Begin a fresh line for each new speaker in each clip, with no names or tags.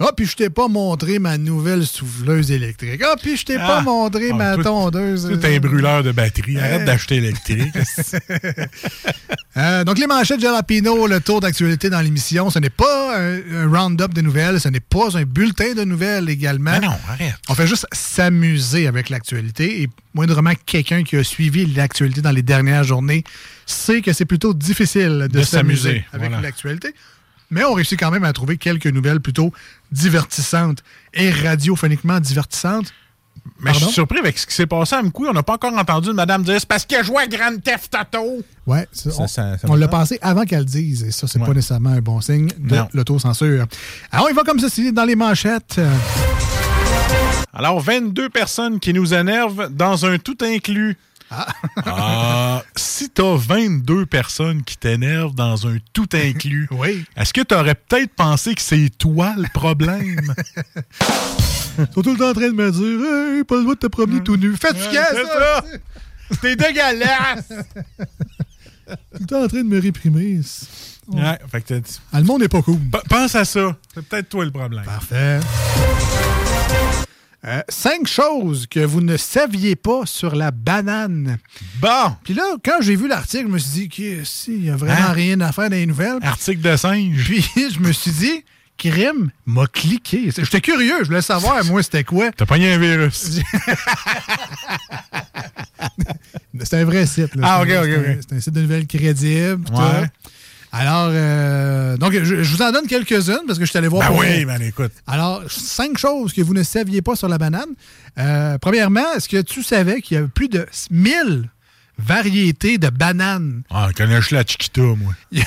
Ah, puis je t'ai pas montré ma nouvelle souffleuse électrique. Ah, puis je t'ai pas
Ah!
montré
Ah,
ma
toi,
tondeuse.
Tout un brûleur de batterie. Arrête
Euh.
d'acheter électrique.
Euh, donc, les manchettes Jalapino, le tour d'actualité dans l'émission, ce n'est pas un, un round-up de nouvelles, ce n'est pas un bulletin de nouvelles également.
Mais Ben non, hein. arrête.
On fait juste s'amuser avec l'actualité et moindrement quelqu'un qui a suivi l'actualité dans les dernières journées sait que c'est plutôt difficile de,
De s'amuser,
s'amuser avec
voilà.
l'actualité. Mais on réussit quand même à trouver quelques nouvelles plutôt divertissantes et radiophoniquement divertissantes.
Mais je
Pardon?
suis surpris avec ce qui s'est passé à Mkoui. On n'a pas encore entendu une madame dire c'est parce qu'elle joue à Grand Theft Auto.
Ouais, ça,
Ça,
on,
ça- ça
on
me
l'a
parle.
pensé avant qu'elle le dise, et ça, c'est
Ouais.
pas nécessairement un bon signe de
Non.
l'autocensure. Alors, il va comme ceci dans les manchettes. Euh,
Alors, 22 personnes qui nous énervent dans un tout inclus. Ah. si t'as 22 personnes qui t'énervent dans un tout inclus,
Oui.
est-ce que t'aurais peut-être pensé que c'est toi le problème?
Ils sont tout le temps en train de me dire Hey, pas le droit de te promener tout nu. Fatiguant,
C'est
ça!
ça! T'es dégueulasse!
Tout le temps en train de me réprimer.
ouais, fait que t'as-
Ah, le monde n'est pas cool.
P- pense à ça. C'est peut-être toi le problème.
Parfait. Euh, cinq choses que vous ne saviez pas sur la banane.
Bon,
Puis là, quand j'ai vu l'article, je me suis dit qu'il n'y a vraiment
Hein?
rien à faire dans les nouvelles.
article de singe.
Puis je me suis dit, crime m'a cliqué. J'étais curieux, je voulais savoir, moi, c'était quoi.
T'as pas un virus.
C'est un vrai site. Là.
Ah,
C'est un-
ok, ok,
c'est un-
ok.
C'est un site de nouvelles crédibles. pis
Ouais.
tout. Alors, euh, donc, je, je vous en donne quelques-unes parce que je suis allé voir.
Ben
pour vrai.
oui, ben écoute.
Alors, cinq choses que vous ne saviez pas sur la banane. Euh, premièrement, est-ce que tu savais qu'il y avait plus de 1000 variétés de bananes?
Ah, je connais juste la Chiquita, moi.
Il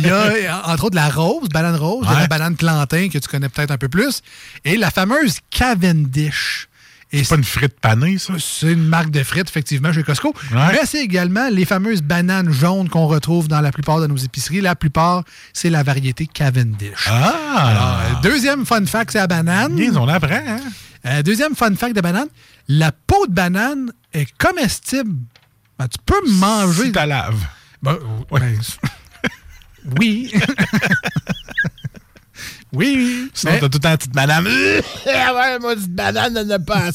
y a, entre autres, la rose, banane rose, il y a
Ouais.
la banane plantain que tu connais peut-être un peu plus, et la fameuse Cavendish. Et
C'est pas une frite panée, ça?
C'est une marque de frites, effectivement, chez Costco.
Ouais.
Mais c'est également les fameuses bananes jaunes qu'on retrouve dans la plupart de nos épiceries. La plupart, c'est la variété Cavendish.
Ah!
Euh, deuxième fun fact, c'est la banane.
Bien, on apprend, hein?
Euh, deuxième fun fact de banane, la peau de banane est comestible. Ben, tu peux manger...
Si t'as lave.
Ben,
Bah, Ouais.
ben, oui. oui, oui.
Sinon,
Mais-
t'as tout le temps la petite madame. Ah
Ben,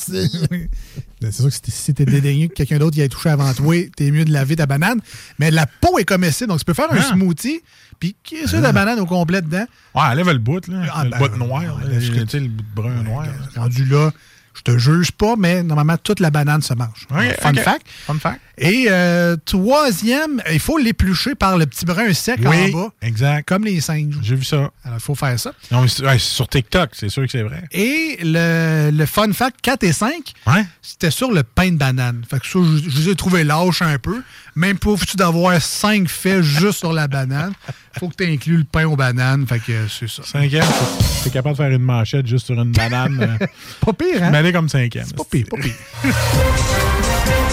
C'est sûr que si t'es- si t'es dédaigné que quelqu'un d'autre y ait touché avant toi, t'es mieux de laver ta banane. Mais la peau est comestible, donc tu peux faire un
Ah.
smoothie, puis qu'il y ait ça de la banane au complet dedans.
Ouais, lève le bout, là.
Ah,
le
ben,
bout noir.
ouais,
là,
la
tu
Chiquita.
sais, le bout de brun noir. là.
Rendu là, je te juge pas, mais normalement, toute la banane se mange.
Ok,
Fun
ok.
fact.
Fun fact.
Et euh, troisième, il faut l'éplucher par le petit brin sec
Oui,
en bas,
exact.
comme les singes.
J'ai vu ça.
Alors, il faut faire ça.
Non, mais c'est- ouais, c'est sur TikTok, c'est sûr que c'est vrai.
Et le, le fun fact 4 et 5,
Ouais.
c'était sur le pain de banane. Fait que ça, je, je les ai trouvés lâches un peu. Même pas tu d'avoir 5 faits juste sur la banane. Faut que tu inclues le pain aux bananes. Fait que euh, c'est ça.
Cinquième, t'es- t'es capable de faire une manchette juste sur une banane. euh,
Pas pire, hein?
Mais elle est comme cinquième.
Pas pire, pas pire.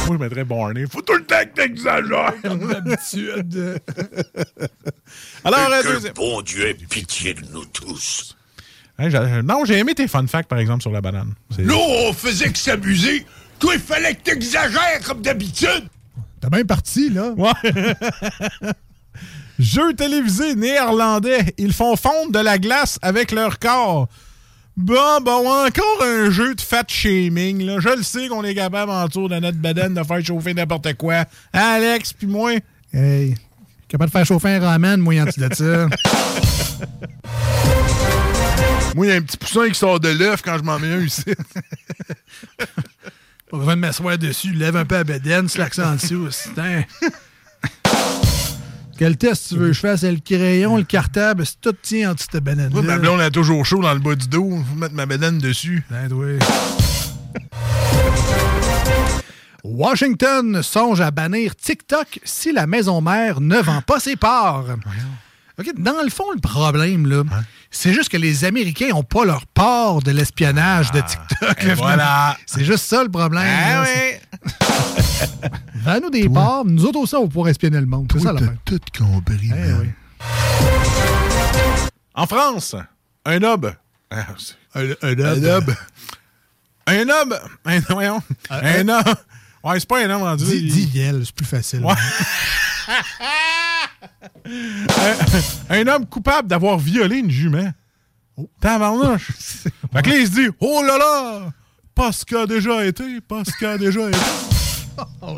Moi, je mettrais Barney. Faut tout le temps que t'exagères.
D'habitude.
Alors, euh,
Que le
deuxième.
bon Dieu ait pitié de nous tous.
Hein, j'a- non, j'ai aimé tes fun facts, par exemple, sur la banane. C'est-
Nous, on faisait que s'amuser. Toi, il fallait que t'exagères comme d'habitude.
T'as bien parti, là.
Ouais. Jeux télévisés néerlandais, ils font fondre de la glace avec leur corps. Bon, bon, encore un jeu de fat shaming. Là. Je le sais qu'on est capable en tour de notre bedaine de faire chauffer n'importe quoi. Hein, Alex, puis moi.
Hey, capable de faire chauffer un ramen, moyen de ça.
Moi, il y a un petit poussin qui sort de l'œuf quand je m'en mets un ici.
Pour venir m'asseoir dessus, lève un peu la bédaine, slack en dessous. putain. Quel test tu veux que je fasse? Le crayon, le cartable, c'est tout tient en dessous de ta banane.
Moi, ma blonde a toujours chaud dans le bas du dos. Faut mettre ma bédaine dessus.
Ben Washington songe à bannir TikTok si la maison mère ne vend pas ses parts. OK, dans le fond, le problème, là,
Hein?
c'est juste que les Américains n'ont pas leur part de l'espionnage
Ah.
de TikTok.
et
là, finalement.
voilà.
C'est juste ça le problème.
Ah
là.
Eh, ouais!
Vends-nous des parts, nous autres aussi, on va pouvoir espionner le monde. C'est ça Ah, la Eh
T'as
même.
tout compris, man. En France, un homme. Ah, c'est-
Un,
Un homme. Un homme. Un, voyons.
Hein?
un homme. Ouais, c'est pas un homme en
Dis,
il-
dis Yel, c'est plus facile.
Ouais. un homme coupable d'avoir violé une jument. Oh. Tabarnouche! fait que là, il se dit Oh là là! Pas ce qu'a déjà été, pas ce qu'a déjà été. Ah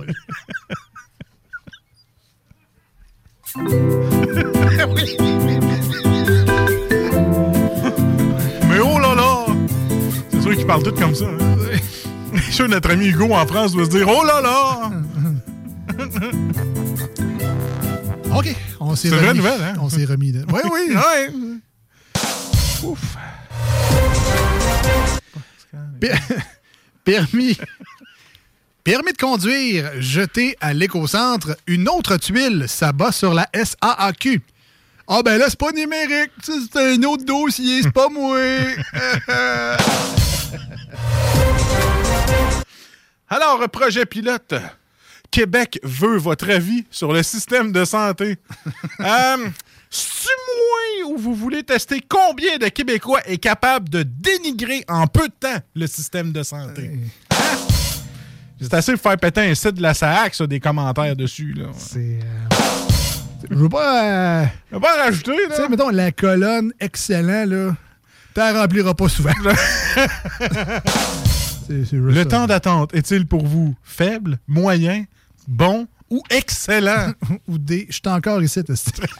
Mais oh là là! C'est sûr qu'ils parlent tous comme ça. hein. Je suis sûr que notre ami Hugo en France doit se dire Oh là là!
OK. On s'est
C'est une
remis.
vraie nouvelle, hein?
On s'est remis. de- Ouais,
oui, oui!
Per- permis. Permis de conduire, jeté à l'éco-centre, une autre tuile s'abat sur la SAAQ. Ah ben là, c'est pas numérique, ça, c'est un autre dossier, c'est pas moi.
Alors, projet pilote. Québec veut votre avis sur le système de santé. euh, C'est-tu moins où vous voulez tester combien de Québécois est capable de dénigrer en peu de temps le système de santé? Hein? C'est assez pour faire péter un site de la SAAC, ça, des commentaires dessus. Là.
c'est...
euh,
Je veux pas... euh,
On va pas en rajouter,
Tu
là.
sais, mettons, la colonne excellent, là, t'en rempliras pas souvent. C'est- c'est juste
Le
ça.
temps d'attente est-il pour vous faible, moyen, bon ou excellent?
ou des. Je suis encore ici, testé.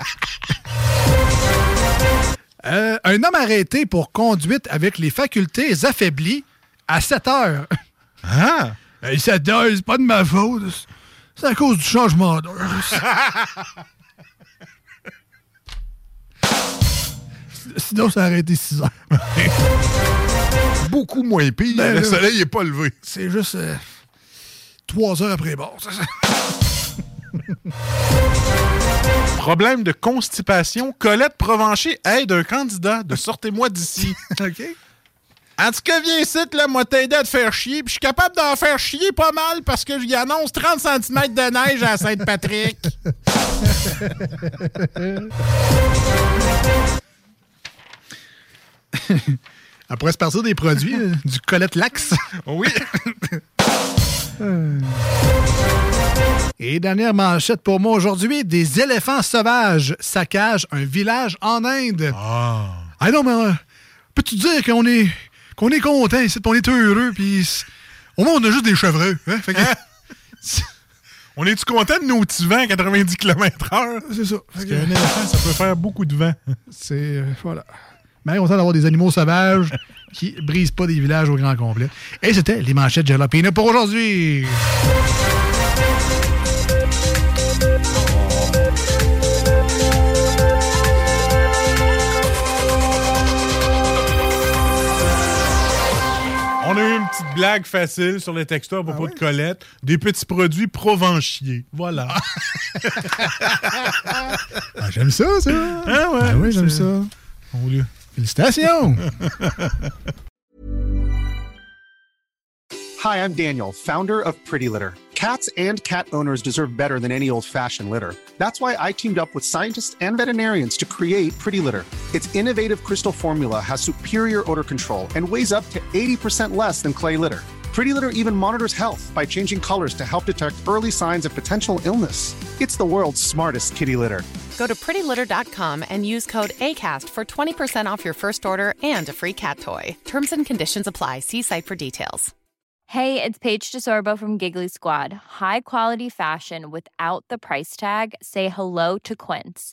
Euh, un homme arrêté pour conduite avec les facultés affaiblies à 7 heures. Euh,
Hein?
Hey, 7 heures, c'est pas de ma faute. C'est à cause du changement d'heure. Sinon, ça aurait été 6 heures.
Beaucoup moins pire.
Ben,
le
là-
soleil est pas levé.
C'est juste euh, trois heures après bord.
Problème de constipation. Colette Provencher aide un candidat de sortez-moi d'ici.
OK?
En tout cas, viens ici, là, moi t'aider à te faire chier. Puis je suis capable d'en faire chier pas mal parce que j'y annonce 30 cm de neige à Sainte-Patrick.
On pourrait se partir des produits euh, du Colette Lax.
Oui.
Et dernière manchette pour moi aujourd'hui, des éléphants sauvages saccagent un village en Inde. Ah, non, mais euh, peux-tu dire qu'on est qu'on est content ici, qu'on est heureux, puis c- au moins on a juste des chevreux. hein? Fait que-
On est-tu content de nos petits vents à 90 km/h?
c'est ça. Fait
Parce
que,
qu'un éléphant, ça peut faire beaucoup de vent.
c'est euh, voilà. Mais content d'avoir des animaux sauvages qui brisent pas des villages au grand complet. Et c'était les manchettes Jalapina pour aujourd'hui.
On a eu une petite blague facile sur les textos à propos
Ah
de Colette. Des petits produits provenchiers. Voilà.
Ah, j'aime ça, ça.
Ah ouais,
Ah oui, j'aime
c'est-
ça.
Au lieu.
Félicitations.
Hi, I'm Daniel, founder of Pretty Litter. Cats and cat owners deserve better than any old fashioned litter. That's why I teamed up with scientists and veterinarians to create Pretty Litter. Its innovative crystal formula has superior odor control and weighs up to 80% less than clay litter. Pretty Litter even monitors health by changing colors to help detect early signs of potential illness. It's the world's smartest kitty litter.
Go to prettylitter.com and use code ACAST for 20% off your first order and a free cat toy. Terms and conditions apply. See site for details.
Hey, it's Paige DeSorbo from Giggly Squad. High quality fashion without the price tag. Say hello to Quince.